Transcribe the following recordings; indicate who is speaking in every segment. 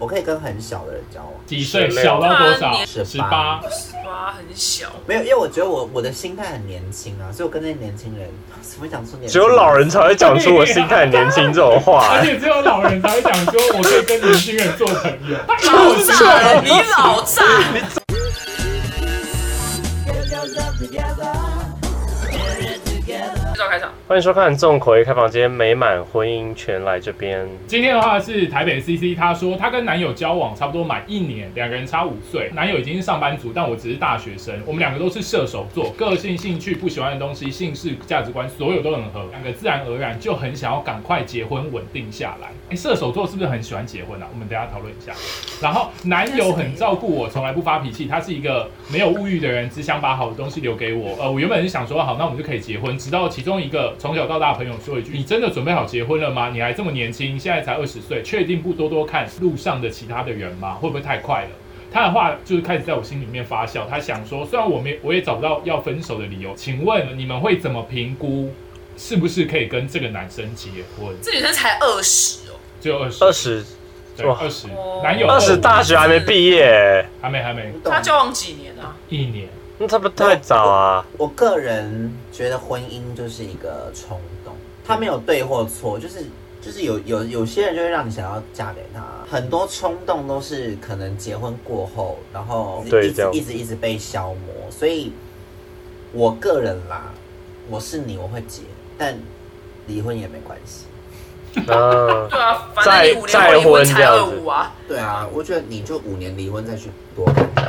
Speaker 1: 我可以跟很小的人交往，
Speaker 2: 几岁？
Speaker 3: 16
Speaker 2: 小到多
Speaker 4: 八
Speaker 2: 少？
Speaker 4: 年
Speaker 2: 十
Speaker 1: 18
Speaker 2: 八。
Speaker 4: 十八很小，
Speaker 1: 没有，因为我觉得我我的心态很年轻啊，所以我跟那些年轻人，什么讲出年轻人
Speaker 3: 只有老人才会讲出我心态很年轻这种话、
Speaker 2: 而
Speaker 3: 哎
Speaker 2: 且只有老人才会讲说，我可以跟年轻人做朋友。
Speaker 4: 老炸了，你老炸。介绍开场，
Speaker 3: 欢迎收看《众口一开房间》，美满婚姻全来这边。
Speaker 2: 今天的话是台北 CC，她说她跟男友交往差不多满一年，两个人差五岁，男友已经是上班族，但我只是大学生，我们两个都是射手座，个性、兴趣、不喜欢的东西、姓氏、价值观，所有都很合，两个自然而然就很想要赶快结婚，稳定下来。哎，射手座是不是很喜欢结婚啊？我们等一下讨论一下。然后男友很照顾我，从来不发脾气，他是一个没有物欲的人，只想把好的东西留给我。呃，我原本是想说好，那我们就可以结婚，直到其中一个从小到大的朋友说一句：“你真的准备好结婚了吗？你还这么年轻，现在才二十岁，确定不多多看路上的其他的人吗？会不会太快了？”他的话就是开始在我心里面发酵，他想说，虽然我没我也找不到要分手的理由，请问你们会怎么评估是不是可以跟这个男生结婚？
Speaker 4: 这女生才二十哦，
Speaker 2: 只有二十，
Speaker 3: 二十
Speaker 2: 对，
Speaker 3: 哇
Speaker 2: 二十
Speaker 4: 哦，
Speaker 2: 男友
Speaker 3: 二十
Speaker 2: 25
Speaker 3: 大学还没毕业、 哎
Speaker 2: 还没还没
Speaker 1: 你懂
Speaker 4: 她交往几年啊？
Speaker 2: 一年。
Speaker 3: 那他不太早 啊？
Speaker 1: 我个人觉得婚姻就是一个冲动，它没有对或错，就是就是有有有些人就会让你想要嫁给他，很多冲动都是可能结婚过后，然后
Speaker 3: 对
Speaker 1: 一
Speaker 3: 这
Speaker 1: 直
Speaker 3: 样
Speaker 1: 一直一直被消磨，所以我个人啦，我是你我会结，但离婚也没关系。
Speaker 3: 啊，
Speaker 4: 对啊，反正你五年后
Speaker 3: 再
Speaker 4: 离
Speaker 3: 再
Speaker 4: 婚
Speaker 3: 婚这
Speaker 4: 才
Speaker 3: 样
Speaker 4: 二
Speaker 3: 子
Speaker 4: 五啊，
Speaker 1: 对啊，我觉得你就五年离婚再去多看他，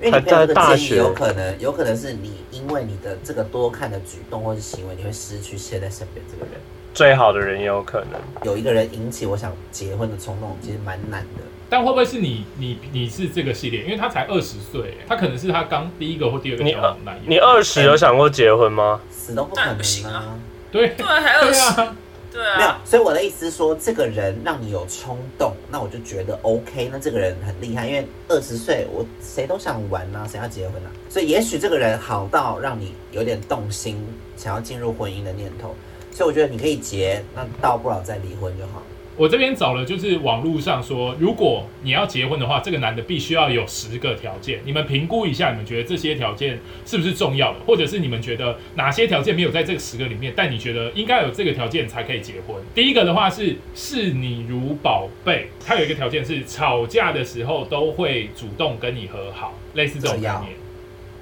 Speaker 1: 因为你
Speaker 3: 还在
Speaker 1: 没有这
Speaker 3: 大
Speaker 1: 个建议，
Speaker 3: 学
Speaker 1: 有可能有可能是你因为你的这个多看的举动或是行为，你会失去现在身边这个人。
Speaker 3: 最好的人也有可能。
Speaker 1: 有一个人引起我想结婚的冲动，其实蛮难的。
Speaker 2: 但会不会是你你你是这个系列？因为他才二十岁，他可能是他刚第一个或第二个
Speaker 3: 你
Speaker 2: 交往的男友。
Speaker 3: 你二十有想过结婚吗？
Speaker 1: 死都不可
Speaker 4: 当然
Speaker 1: 能
Speaker 4: 不行啊
Speaker 2: 对
Speaker 4: 对啊，才二
Speaker 2: 对
Speaker 4: 十，
Speaker 2: 啊，
Speaker 4: 对
Speaker 1: 没有
Speaker 4: 啊，，
Speaker 1: 所以我的意思是说，这个人让你有冲动，那我就觉得 OK，那这个人很厉害，因为二十岁我谁都想玩啊，谁要结婚啊？所以也许这个人好到让你有点动心，想要进入婚姻的念头。所以我觉得你可以结，那到不了再离婚就好。
Speaker 2: 我这边找了，就是网络上说，如果你要结婚的话，这个男的必须要有十个条件。你们评估一下，你们觉得这些条件是不是重要的，或者是你们觉得哪些条件没有在这个十个里面，但你觉得应该有这个条件才可以结婚。第一个的话是视你如宝贝，他有一个条件是吵架的时候都会主动跟你和好，类似这种概念。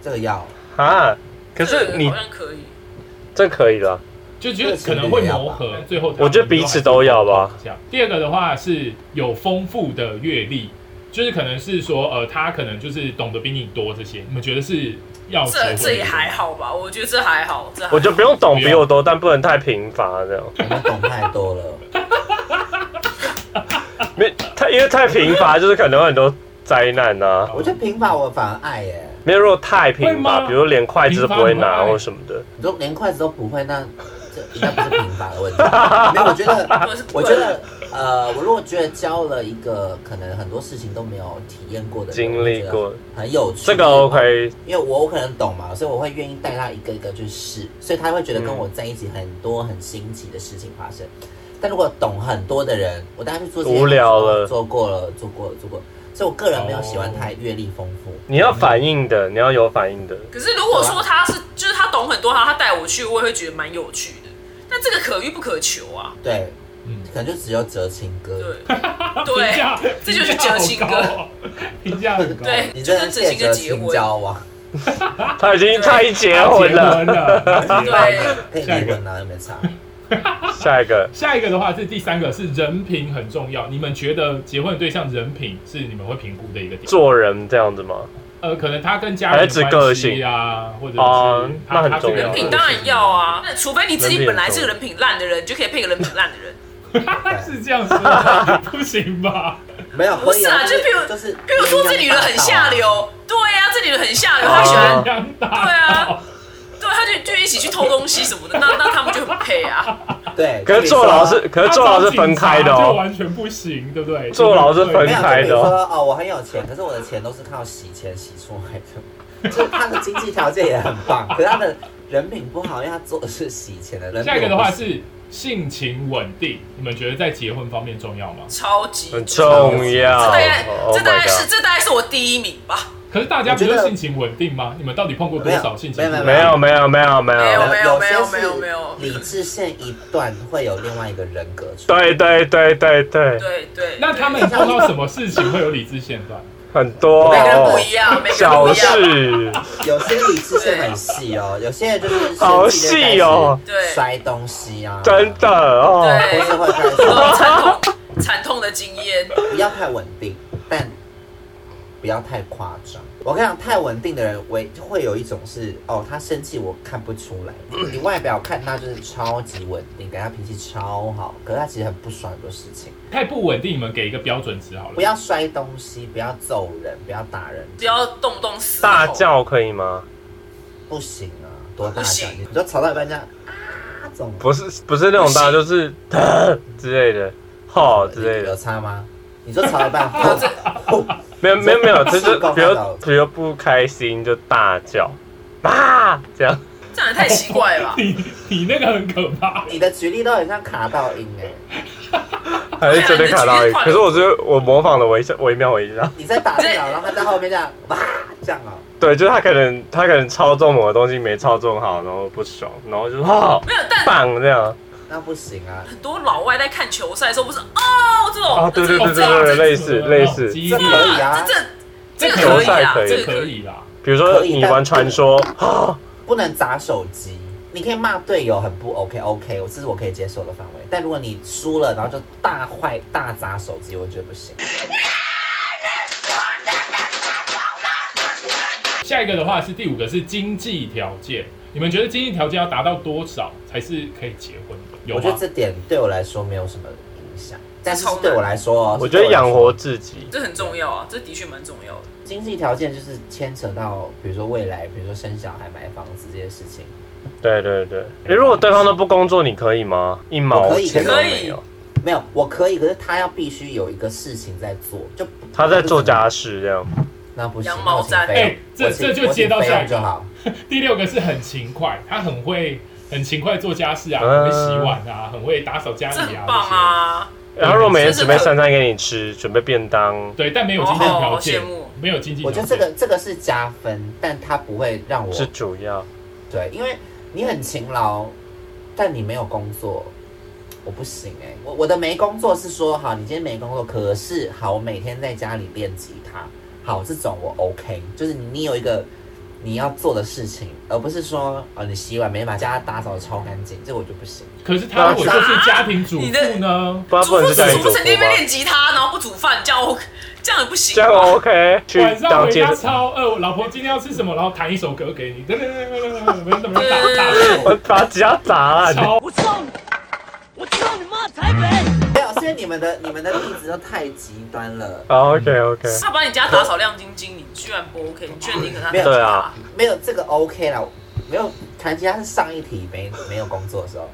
Speaker 1: 这个要
Speaker 3: 啊，可
Speaker 4: 这
Speaker 3: 是
Speaker 4: 个
Speaker 3: 你啊
Speaker 4: 好像可以，
Speaker 3: 这可以了，
Speaker 2: 就觉得可能会磨合，但最后他们
Speaker 3: 我觉得彼此都要吧
Speaker 2: 这样。第二个的话是有丰富的阅历，就是可能是说呃，他可能就是懂得比你多这些，你们觉得是要结婚
Speaker 4: 这
Speaker 2: 的
Speaker 4: 这也还好吧，我觉得这还好，这还好
Speaker 3: 我就不用懂比我多，但不能太贫乏这样。
Speaker 1: 我们懂太多 了。
Speaker 3: 没太因为太贫乏就是可能有很多灾难啊。
Speaker 1: 我觉得平凡我反而爱耶、
Speaker 3: 没有，如果太贫
Speaker 2: 会吗
Speaker 3: 乏，比如连筷子都不会
Speaker 2: 贫乏
Speaker 3: 拿
Speaker 2: 不会
Speaker 3: 或什么的，
Speaker 1: 你说连筷子都不会，那这应该不是平凡的问题。没有，我觉得，我觉得，呃，我如果觉得交了一个可能很多事情都没有体验过的人
Speaker 3: 经历，
Speaker 1: 我
Speaker 3: 过
Speaker 1: 觉得很有趣。
Speaker 3: 这个 OK，
Speaker 1: 因为我我可能懂嘛，所以我会愿意带他一个一个去试，所以他会觉得跟我在一起很多很新奇的事情发生。但如果懂很多的人，我带他去做这些哦
Speaker 3: 无聊了
Speaker 1: 做过了，做过了，做过了。所以我个人没有喜欢太阅历丰富。
Speaker 3: 你要反应的，你要有反应的。
Speaker 4: 可是如果说他是，就是他懂很多，他他带我去，我也会觉得蛮有趣的。但这个可遇不可求啊，
Speaker 1: 对，
Speaker 2: 嗯，
Speaker 1: 可能就只有哲情歌。
Speaker 4: 对
Speaker 2: 评
Speaker 4: 对
Speaker 2: 价
Speaker 4: 这就是哲情哥
Speaker 2: 评价好高哦，评价很高，
Speaker 4: 对，
Speaker 1: 你
Speaker 4: 就
Speaker 1: 真的
Speaker 4: 跟整
Speaker 1: 借
Speaker 4: 形哥
Speaker 1: 哲
Speaker 4: 结
Speaker 1: 情
Speaker 4: 婚，
Speaker 1: 交 往。
Speaker 3: 他已经啊他已经结婚了。
Speaker 2: 了结婚了
Speaker 4: 对，
Speaker 1: 可以离婚啊，又没差。
Speaker 3: 下一个，
Speaker 2: 下一个的话是第三个是人品很重要，你们觉得结婚的对象人品是你们会评估的一个点？
Speaker 3: 做人这样子吗？
Speaker 2: 呃，可能他跟家人
Speaker 3: 还是指
Speaker 2: 的
Speaker 3: 个
Speaker 2: 关
Speaker 3: 性
Speaker 2: 系啊，或者是
Speaker 3: 哦
Speaker 2: 他
Speaker 3: 那很
Speaker 2: 他这个
Speaker 3: 重要
Speaker 4: 人品当然要啊。那除非你自
Speaker 3: 人
Speaker 4: 己
Speaker 3: 品
Speaker 4: 本来是个人品烂的人，你就可以配个人品烂的人。
Speaker 2: 是这样说 的，不行吧？
Speaker 1: 没有，
Speaker 4: 不是啊
Speaker 1: 可以
Speaker 4: 就比如
Speaker 1: 就是，
Speaker 4: 譬如说这女人
Speaker 1: 啊
Speaker 4: 很下，流，对呀、这女人很下流，她喜欢，
Speaker 3: 哦
Speaker 2: 杨
Speaker 4: 对
Speaker 2: 大
Speaker 4: 啊，对，她就就一起去偷东西什么的，那那他们就很配啊。
Speaker 1: 对。
Speaker 3: 可是坐牢是，可是坐牢是分开的
Speaker 2: 他找警察就
Speaker 3: 哦。
Speaker 2: 完全不行，对不对？
Speaker 3: 坐牢是分
Speaker 1: 没有，就
Speaker 3: 开
Speaker 1: 比
Speaker 3: 的
Speaker 1: 如
Speaker 3: 哦
Speaker 1: 说哦，我很有钱，可是我的钱都是靠洗钱洗出来的， 就是他的经济条件也很棒，可是他的人品不好，因为他做的是洗钱的人品。
Speaker 2: 下一个的话是性情稳定，你们觉得在结婚方面重要吗？
Speaker 4: 超级
Speaker 3: 很重要。
Speaker 4: 这大概
Speaker 3: Oh
Speaker 4: 这大
Speaker 3: my
Speaker 4: 概是
Speaker 3: god！
Speaker 4: 这大概是我第一名吧。
Speaker 2: 可是大家
Speaker 1: 我
Speaker 2: 不
Speaker 1: 觉
Speaker 2: 就
Speaker 1: 得
Speaker 2: 性情稳定吗？你们到底碰过多少性
Speaker 1: 没
Speaker 2: 情
Speaker 1: 有
Speaker 2: 稳
Speaker 1: 没
Speaker 3: 没
Speaker 2: 定？
Speaker 3: 有没有没有没
Speaker 4: 没
Speaker 3: 有
Speaker 4: 有，没有没有
Speaker 1: 些
Speaker 4: 没有
Speaker 1: 是
Speaker 4: 没有
Speaker 1: 理智线一段会有另外一个人格出来。
Speaker 3: 对对对对对，
Speaker 4: 对对，
Speaker 2: 那他们
Speaker 4: 对
Speaker 2: 碰到什么事情会有理智线段？
Speaker 3: 很多
Speaker 4: 每个人
Speaker 3: 哦
Speaker 4: 不一样，每个人
Speaker 3: 小
Speaker 4: 不一样。
Speaker 3: 事，
Speaker 1: 有些理智线很细哦，有些人就是生气
Speaker 3: 好细哦
Speaker 1: 就开始摔东西啊，
Speaker 3: 真的哦。
Speaker 1: 或是
Speaker 4: 对，
Speaker 1: 会开 始
Speaker 4: 都有哦惨痛惨痛的经验。
Speaker 1: 不要太稳定，但不要太夸张。我跟你讲，太稳定的人，我会有一种是哦，他生气我看不出 来，你外表看他就是超级稳定，感觉他脾气超好，可是他其实很不爽很多事情。
Speaker 2: 太不稳定，你们给一个标准值好
Speaker 1: 不
Speaker 2: 了。？
Speaker 1: 要摔东西，不要揍人，不要打人，
Speaker 4: 不要动不动嘶吼
Speaker 3: 大，叫可以吗？
Speaker 1: 不行啊，多大
Speaker 4: 不
Speaker 1: 叫！
Speaker 4: 行
Speaker 1: 你就吵到一半这样啊，怎么
Speaker 3: 不是不是那种大，
Speaker 4: 不
Speaker 3: 就是 之类的，吼之类
Speaker 1: 有
Speaker 3: 的。
Speaker 1: 差吗？你说吵到一 半，吼吼
Speaker 3: 没有没有 没有，就是
Speaker 1: 是够
Speaker 3: 比
Speaker 1: 看到
Speaker 3: 如比如不开心就大叫啊，这样
Speaker 4: 这样也太奇怪了 吧
Speaker 2: 你你那个很可怕，
Speaker 1: 你的举例都很像卡到音哎、
Speaker 3: 还是真的卡到
Speaker 4: 你
Speaker 3: 一
Speaker 4: 的
Speaker 3: 个。
Speaker 4: 举
Speaker 3: 可是我觉得我模仿的微笑 惟妙惟肖。
Speaker 1: 你在打电脑，然后他在后面这样哇这样哦、
Speaker 3: 对，就是他可能他可能操纵某个东西没操纵好，然后不爽，然后就哦
Speaker 4: 没有，但
Speaker 3: 棒这样。
Speaker 1: 那不行啊，
Speaker 4: 很多老外在看球赛的时候不是哦这种
Speaker 3: 啊对对对
Speaker 4: 这种
Speaker 3: 对对
Speaker 4: 这种
Speaker 3: 类似类似
Speaker 2: 哦激
Speaker 1: 这
Speaker 2: 烈，
Speaker 1: 可以啊
Speaker 4: 这，这
Speaker 2: 这
Speaker 4: 这个
Speaker 2: 球
Speaker 4: 可以
Speaker 3: 赛
Speaker 4: 啊，
Speaker 3: 可以
Speaker 4: 这
Speaker 2: 这
Speaker 4: 个
Speaker 2: 可
Speaker 4: 可
Speaker 2: 以
Speaker 4: 以。
Speaker 2: 啦。
Speaker 3: 比如说你玩传说啊，
Speaker 1: 不能砸手机。你可以骂队友很不 OK OK，我这是我可以接受的范围。但如果你输了，然后就大坏大砸手机，我觉得不行。
Speaker 2: 下一个的话是第五个是经济条件，你们觉得经济条件要达到多少才是可以结婚的？有
Speaker 1: 我觉得
Speaker 2: 吗？
Speaker 1: 这点对我来说没有什么影响，但是对我来说哦，
Speaker 3: 我觉得
Speaker 1: 是对
Speaker 3: 养
Speaker 1: 来
Speaker 3: 活
Speaker 1: 说
Speaker 3: 自己，
Speaker 4: 这很重要啊，这的确蛮重要的。
Speaker 1: 经济条件就是牵扯到，比如说未来，比如说生小孩、买房子这些事情。
Speaker 3: 对对对。诶如果对方都不工作，你可以吗？一毛
Speaker 1: 我可以
Speaker 3: 钱都
Speaker 4: 可以
Speaker 3: 没有，
Speaker 1: 没有，我可以，可是他要必须有一个事情在做，就不
Speaker 3: 他在做家，事这样。
Speaker 1: 那不行，
Speaker 4: 羊毛毡
Speaker 1: 那我请费用
Speaker 2: 哎这
Speaker 1: 我请
Speaker 2: 这就接到
Speaker 1: 我请
Speaker 2: 下
Speaker 1: 费用
Speaker 2: 一个
Speaker 1: 就好。
Speaker 2: 第六个是很勤快，他很会很勤快做家事啊，很
Speaker 3: 嗯
Speaker 2: 会洗碗啊，很会打扫家
Speaker 4: 这
Speaker 2: 里
Speaker 4: 很
Speaker 2: 啊，
Speaker 4: 棒啊！
Speaker 3: 然后如果每天准备三餐给你吃，准备便当
Speaker 2: 这，些。对，但没有经济条件
Speaker 4: 哦好羡慕，
Speaker 2: 没有经济条
Speaker 1: 我觉
Speaker 2: 件。
Speaker 1: 得这个这个是加分，但他不会让我
Speaker 3: 是主要。
Speaker 1: 对，因为你很勤劳，但你没有工作，我不行哎、我我的没工作是说好，你今天没工作，可是好，我每天在家里练吉他，好，这种我 OK，就是你有一个你要做的事情，而不是说哦你洗碗没把家打扫得超干净，这我就不行。
Speaker 2: 可是他如果就是家庭主
Speaker 4: 你的
Speaker 2: 妇呢？
Speaker 3: 不然
Speaker 4: 主
Speaker 3: 不能
Speaker 4: 妇
Speaker 3: 是家庭
Speaker 4: 主
Speaker 3: 主
Speaker 4: 妇
Speaker 3: 妇
Speaker 4: 成天在
Speaker 3: 吗？
Speaker 4: 练吉他，然后不煮饭，这样 OK，这样也不行
Speaker 3: 这样
Speaker 4: 吧。
Speaker 3: OK，去
Speaker 2: 晚上
Speaker 3: 当
Speaker 2: 回
Speaker 3: 健
Speaker 2: 家
Speaker 3: 身
Speaker 2: 超饿，我老婆今天要吃什么，然后弹一首歌给你，噔噔噔噔噔噔噔，怎么打打手
Speaker 3: 我把家砸烂。
Speaker 2: 超
Speaker 5: 我操你！我操你妈！台北！
Speaker 1: 没有，是因为你们的你们的例子都太极端了。
Speaker 3: 好 OK OK，
Speaker 4: 他把你家打扫亮晶晶，你居然不 OK，你居然宁可他
Speaker 1: 没有
Speaker 3: 对啊，
Speaker 1: 没有这个 OK 啦，没有弹吉他是上一题没没有工作的时候，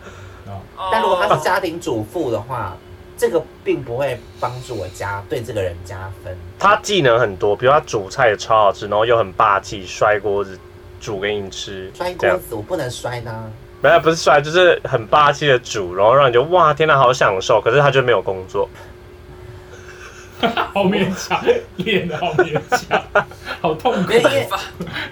Speaker 4: 哦
Speaker 1: 但如果他是家庭主妇的话，这个并不会帮助我加对这个人加分。
Speaker 3: 他技能很多，比如他煮菜也超好吃，然后又很霸气，摔锅子煮给你吃，
Speaker 1: 摔
Speaker 3: 这
Speaker 1: 锅
Speaker 3: 样
Speaker 1: 子我不能摔呢、
Speaker 3: 没有不是摔，就是很霸气的煮，然后让你就哇天哪好享受，可是他就没有工作，
Speaker 2: 好勉强，练的好勉强，好痛苦
Speaker 1: 没。有因为
Speaker 4: 吧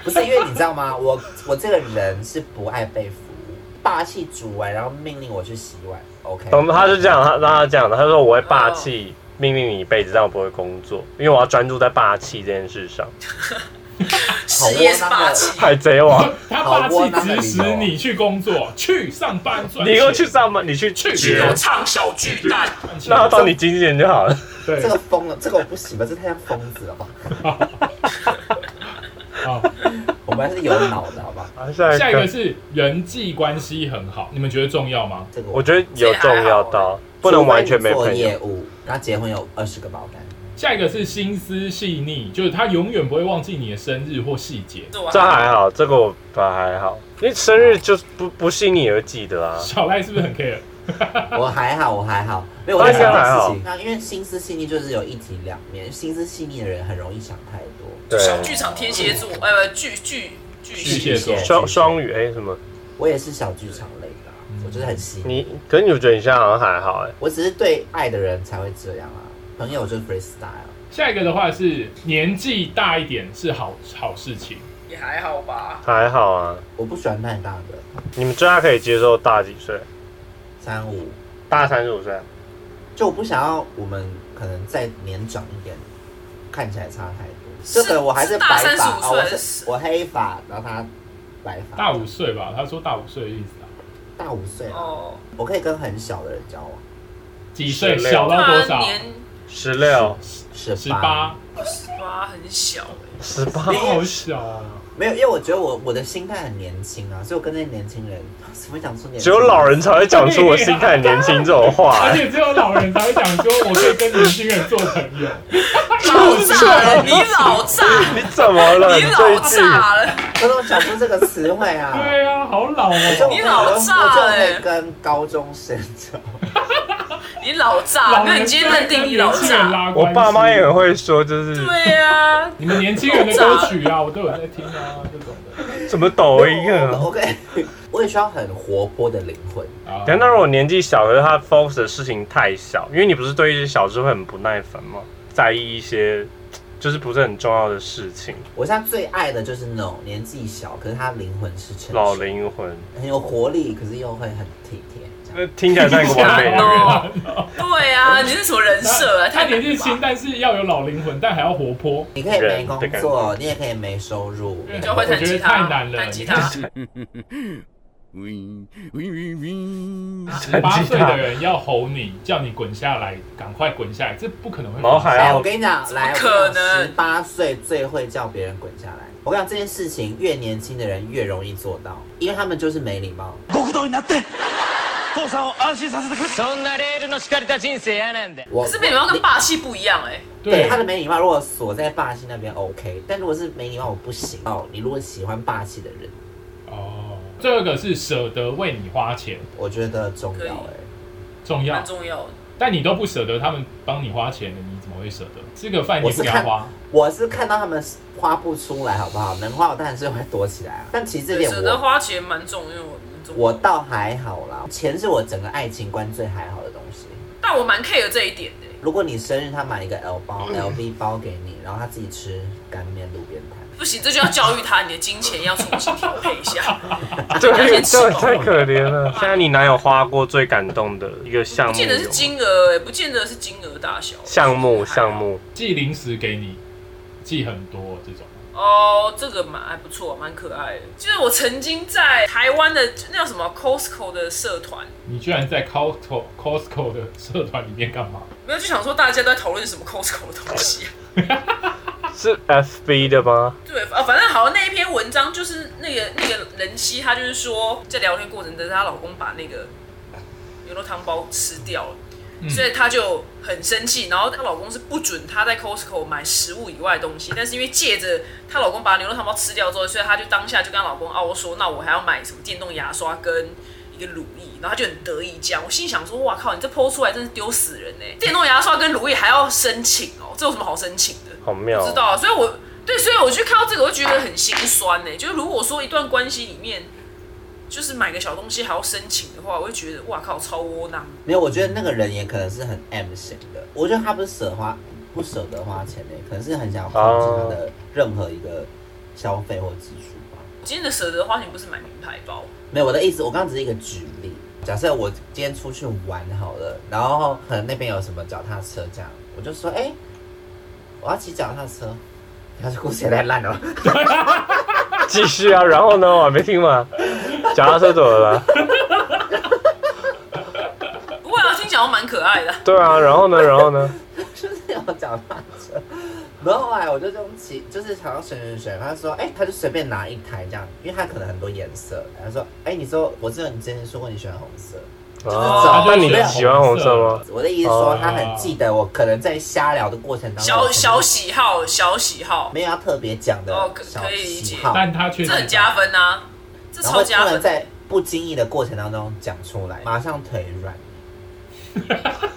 Speaker 1: 不是因为你知道吗？我我这个人是不爱被服务，霸气煮完然后命令我去洗碗，OK？
Speaker 3: 然后他就这样，他让他这样的，他说我会霸气。命令你一辈子，但我不会工作，因为我要专注在霸气这件事上。
Speaker 4: 事业是霸气，
Speaker 3: 海贼王，
Speaker 2: 他霸气指使你去工作，去上班赚钱。
Speaker 3: 你给我去上班，你去
Speaker 2: 去
Speaker 3: 去
Speaker 4: 有唱小巨蛋，
Speaker 3: 让他当你经纪人就好了。
Speaker 2: 对
Speaker 1: 这个疯了，这个我不行吧？这太像疯子了吧？
Speaker 2: 好，
Speaker 1: 我们还是有脑的好不好？
Speaker 3: 好下
Speaker 2: 下一个是人际关系很好，你们觉得重要吗？
Speaker 1: 这个
Speaker 3: 我觉得有重要到，不能完全没
Speaker 1: 除非
Speaker 3: 朋
Speaker 1: 你做
Speaker 3: 友
Speaker 1: 业。务，然后结婚有二十个保单，
Speaker 2: 下一个是心思细腻，就是他永远不会忘记你的生日或细 节。
Speaker 4: 这我
Speaker 3: 这还好，这个我反而还好，因为生日就是不不信你而记得啊。
Speaker 2: 小赖是不是很 care？
Speaker 1: 我还好，我还好，没有我在想
Speaker 3: 我也觉得还
Speaker 1: 这
Speaker 3: 好
Speaker 1: 事情。那因为心思细腻就是有一体两面，心思细腻的人很容易想太多。
Speaker 3: 对，
Speaker 4: 小剧场天蝎座，呃，巨巨巨
Speaker 2: 巨蟹座
Speaker 3: 双双语哎、什么？
Speaker 1: 我也是小剧场类的啊，我我就是很细。
Speaker 3: 你可是你我觉得你现在好像还好哎、
Speaker 1: 我只是对爱的人才会这样啊，朋友就是 freestyle。
Speaker 2: 下一个的话是年纪大一点是好好事情，
Speaker 4: 也还好吧。
Speaker 3: 还好啊。
Speaker 1: 我不喜欢太大的，
Speaker 3: 你们最大可以接受大几岁？
Speaker 1: 三五，
Speaker 3: 大三十五岁啊？
Speaker 1: 就我不想要我们可能再年长一点，看起来差太多。
Speaker 4: 是
Speaker 1: 就可能我还
Speaker 4: 是
Speaker 1: 白
Speaker 4: 大
Speaker 1: 发，
Speaker 4: 35
Speaker 1: 哦、我
Speaker 4: 岁
Speaker 1: 是我黑发，然后他白发，
Speaker 2: 大五岁吧？他说大五岁的意思啊，
Speaker 1: 大五岁啊，
Speaker 4: 哦，
Speaker 1: 我可以跟很小的人交往，
Speaker 2: 几岁
Speaker 3: 16
Speaker 2: 小到多
Speaker 4: 他
Speaker 2: 少？
Speaker 4: 年
Speaker 3: 十六、
Speaker 1: 十
Speaker 2: 十八，
Speaker 4: 十八很小哎、
Speaker 3: 十八，
Speaker 2: 好小啊！
Speaker 1: 没有，因为我觉得我我的心态很年轻啊，所以我跟那些年轻人， 什么讲出年轻人
Speaker 3: 只有老人才会讲出我心态很年轻这种话、
Speaker 2: 而
Speaker 3: 哎
Speaker 2: 且只有老人才会讲说，我可以跟年轻人做 朋友。
Speaker 4: 老炸
Speaker 2: 啊
Speaker 4: 了，你 老炸，
Speaker 3: 你怎么了？
Speaker 4: 你
Speaker 3: 你最
Speaker 4: 老
Speaker 3: 近
Speaker 4: 炸了，
Speaker 1: 可是我讲出这个词汇啊。
Speaker 2: 对啊，好老
Speaker 1: 就我
Speaker 2: 哦，
Speaker 4: 你老
Speaker 1: 我就
Speaker 4: 炸欸
Speaker 1: 会跟高中生交往。
Speaker 4: 你老炸，
Speaker 2: 老
Speaker 4: 啊那
Speaker 2: 人
Speaker 4: 你今天认定你老
Speaker 2: 才会跟年轻人
Speaker 4: 炸？
Speaker 2: 拉关系
Speaker 3: 我爸妈也很会说，就是
Speaker 4: 对啊，
Speaker 2: 你们年轻人的歌曲啊，我都有在听啊，这种的。
Speaker 3: 什么抖音啊。
Speaker 1: 我跟， 我也需要很活泼的灵魂。
Speaker 2: 啊
Speaker 3: 等一下那如果年纪小，可是他 focus 的事情太小，因为你不是对一些小事会很不耐烦吗？在意一些就是不是很重要的事情，
Speaker 1: 我现在最爱的就是那种年纪小，可是他灵魂是成熟
Speaker 3: 老，灵魂，
Speaker 1: 很有活力，可是又会很体贴。这样
Speaker 3: 呃，听起来像一个完 美的人。
Speaker 4: 哦对啊，你是什么人设啊？
Speaker 2: 他
Speaker 4: 太
Speaker 2: 年纪
Speaker 4: 难
Speaker 2: 轻，
Speaker 4: 吧，
Speaker 2: 但是要有老灵魂，但还要活泼。
Speaker 1: 你可以没
Speaker 3: 人的
Speaker 1: 工
Speaker 3: 感
Speaker 1: 作，你也可以没收入，
Speaker 2: 对
Speaker 4: 就会弹
Speaker 2: 我觉得
Speaker 4: 吉他，
Speaker 2: 太难了
Speaker 4: 弹吉他，
Speaker 5: Wing, wing, wing, wing.
Speaker 2: 十八岁的人要吼你，叫你滚下来，赶快滚下来，这不可能会发生。
Speaker 3: 毛孩
Speaker 1: 来，
Speaker 3: 啊
Speaker 1: 我，跟你讲，来，
Speaker 4: 怎么可能
Speaker 1: 十八岁最会叫别人滚下来。我跟你讲，这件事情越年轻的人越容易做到，因为他们就是没礼貌。
Speaker 5: 極道になって父さんを安心させてくれそんなレールの敷かれた人生嫌なんだ
Speaker 1: 我
Speaker 4: 可是北方跟霸气不一样哎、
Speaker 1: 对
Speaker 2: 对
Speaker 1: 他的没礼貌，如果锁在霸气那边 OK，但如果是没礼貌，我不行哦。你如果喜欢霸气的人，
Speaker 2: 哦，第二个是舍得为你花钱，
Speaker 1: 我觉得重
Speaker 4: 可以
Speaker 1: 要哎、
Speaker 2: 重要
Speaker 4: 蛮。重要的。
Speaker 2: 但你都不舍得他们帮你花钱的，你怎么会舍得？吃个饭
Speaker 1: 我
Speaker 2: 你
Speaker 1: 是
Speaker 2: 不要
Speaker 1: 看
Speaker 2: 花，
Speaker 1: 我是看到他们花不出来，好不好？能花我当然是会躲起来啊。但其实这点
Speaker 4: 舍得
Speaker 1: 我
Speaker 4: 花钱蛮重要的，蛮重要
Speaker 1: 我倒还好啦，钱是我整个爱情观最还好的东西。
Speaker 4: 但我蛮 care 这一点的、欸
Speaker 1: 如果你生日，他买一个 L 包、LV 包给你，然后他自己吃干面路边摊，
Speaker 4: 不行，这就要教育他，你的金钱要重新调配一下。
Speaker 3: 对
Speaker 4: 要先吃
Speaker 3: 对，
Speaker 4: 饱
Speaker 3: 太可怜了。现在你男友花过最感动的一个项
Speaker 4: 不
Speaker 3: 目
Speaker 4: 见
Speaker 3: 有
Speaker 4: 得是
Speaker 3: 吗，
Speaker 4: 金额、欸，不见得是金额大小。欸
Speaker 3: 项目项目，
Speaker 2: 寄零食给你，寄很多这种。
Speaker 4: 哦，这个蛮还不错，蛮可爱的。就是我曾经在台湾的那叫什么啊 Costco 的社团，
Speaker 2: 你居然在 Costco Costco 的社团里面干嘛？
Speaker 4: 没有就想说大家都在讨论什么 Costco 的东西、啊。
Speaker 3: 是 FB 的吗？
Speaker 4: 对，啊，反正好像那一篇文章就是那个那个人妻，她就是说在聊天过程中，她老公把那个牛肉汤包吃掉了。所以她就很生气，然后她老公是不准她在 Costco 买食物以外的东西，但是因为借着她老公把牛肉汤包吃掉之后，所以她就当下就跟她老公傲说，那我还要买什么电动牙刷跟一个乳液，然后她就很得意这样。我心想说，哇靠，你这剖出来真是丢死人呢、电动牙刷跟乳液还要申请哦，这有什么好申请的？
Speaker 3: 好妙
Speaker 4: 不知
Speaker 3: 哦，
Speaker 4: 道啊，所以我对，所以我去看到这个，我就觉得很心酸呢、就是如果说一段关系里面，就是买个小东西还要申请的话，我会觉得哇靠，超窝囊。
Speaker 1: 没有，我觉得那个人也可能是很 M 型的。我觉得他不是舍花不舍得花钱的、可能是很想控制他的任何一个消费或支出吧。
Speaker 4: 今天的舍得花钱不是买名牌包，
Speaker 1: 没有，我的意思，我刚刚只是一个举例。假设我今天出去玩好了，然后可能那边有什么脚踏车这样，我就说，哎、我要骑脚踏车。他说故事也太烂了吧，
Speaker 3: 继续啊。然后呢，我还没听完，脚踏车怎么了？
Speaker 4: 不过啊，听起来好像蛮可爱的。
Speaker 3: 对啊，然后呢，然后呢？
Speaker 1: 就是有脚踏车。然后后来我就这样骑，就是想要选选选，他说，哎、他就随便拿一台这样，因为他可能很多颜色。他说，哎、你说我知道你之前说过你喜欢红色，
Speaker 3: 哦，那你喜欢红色吗？
Speaker 1: 我的意思说
Speaker 3: 哦
Speaker 1: 他很记得我，可能在瞎聊的过程当中，
Speaker 4: 小小喜好，小喜好，
Speaker 1: 没有要特别讲的
Speaker 4: 哦可
Speaker 1: 小
Speaker 4: 可以理
Speaker 1: 喜
Speaker 4: 解
Speaker 1: 好，
Speaker 2: 但他确
Speaker 4: 这
Speaker 2: 实
Speaker 4: 很加分啊，这
Speaker 1: 然后
Speaker 4: 超
Speaker 1: 突
Speaker 4: 加
Speaker 1: 然
Speaker 4: 分。
Speaker 1: 在不经意的过程当中讲出来，马上腿软。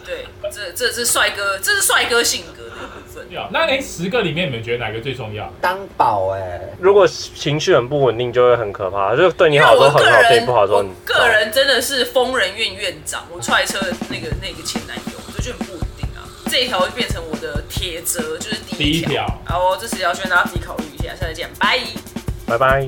Speaker 4: 对，这这这是帅哥，这是帅哥性格的部分。
Speaker 2: 要那那十个里面，你们觉得哪个最重要？
Speaker 1: 当宝哎、
Speaker 3: 如果情绪很不稳定，就会很可怕。就是对你
Speaker 4: 因为
Speaker 3: 好的时
Speaker 4: 我
Speaker 3: 候
Speaker 4: 个
Speaker 3: 很好，对
Speaker 4: 人，
Speaker 3: 你不好的时候
Speaker 4: 我
Speaker 3: 很
Speaker 4: 个人真的是疯人院院长，我踹车的那个那个前男友，我就觉得很不稳定啊。这一条就变成我的铁则，就是第
Speaker 2: 第一
Speaker 4: 一
Speaker 2: 条
Speaker 4: 条。好哦，这十条圈大家自己考虑一下，下次见，拜。
Speaker 3: 糟。拜拜。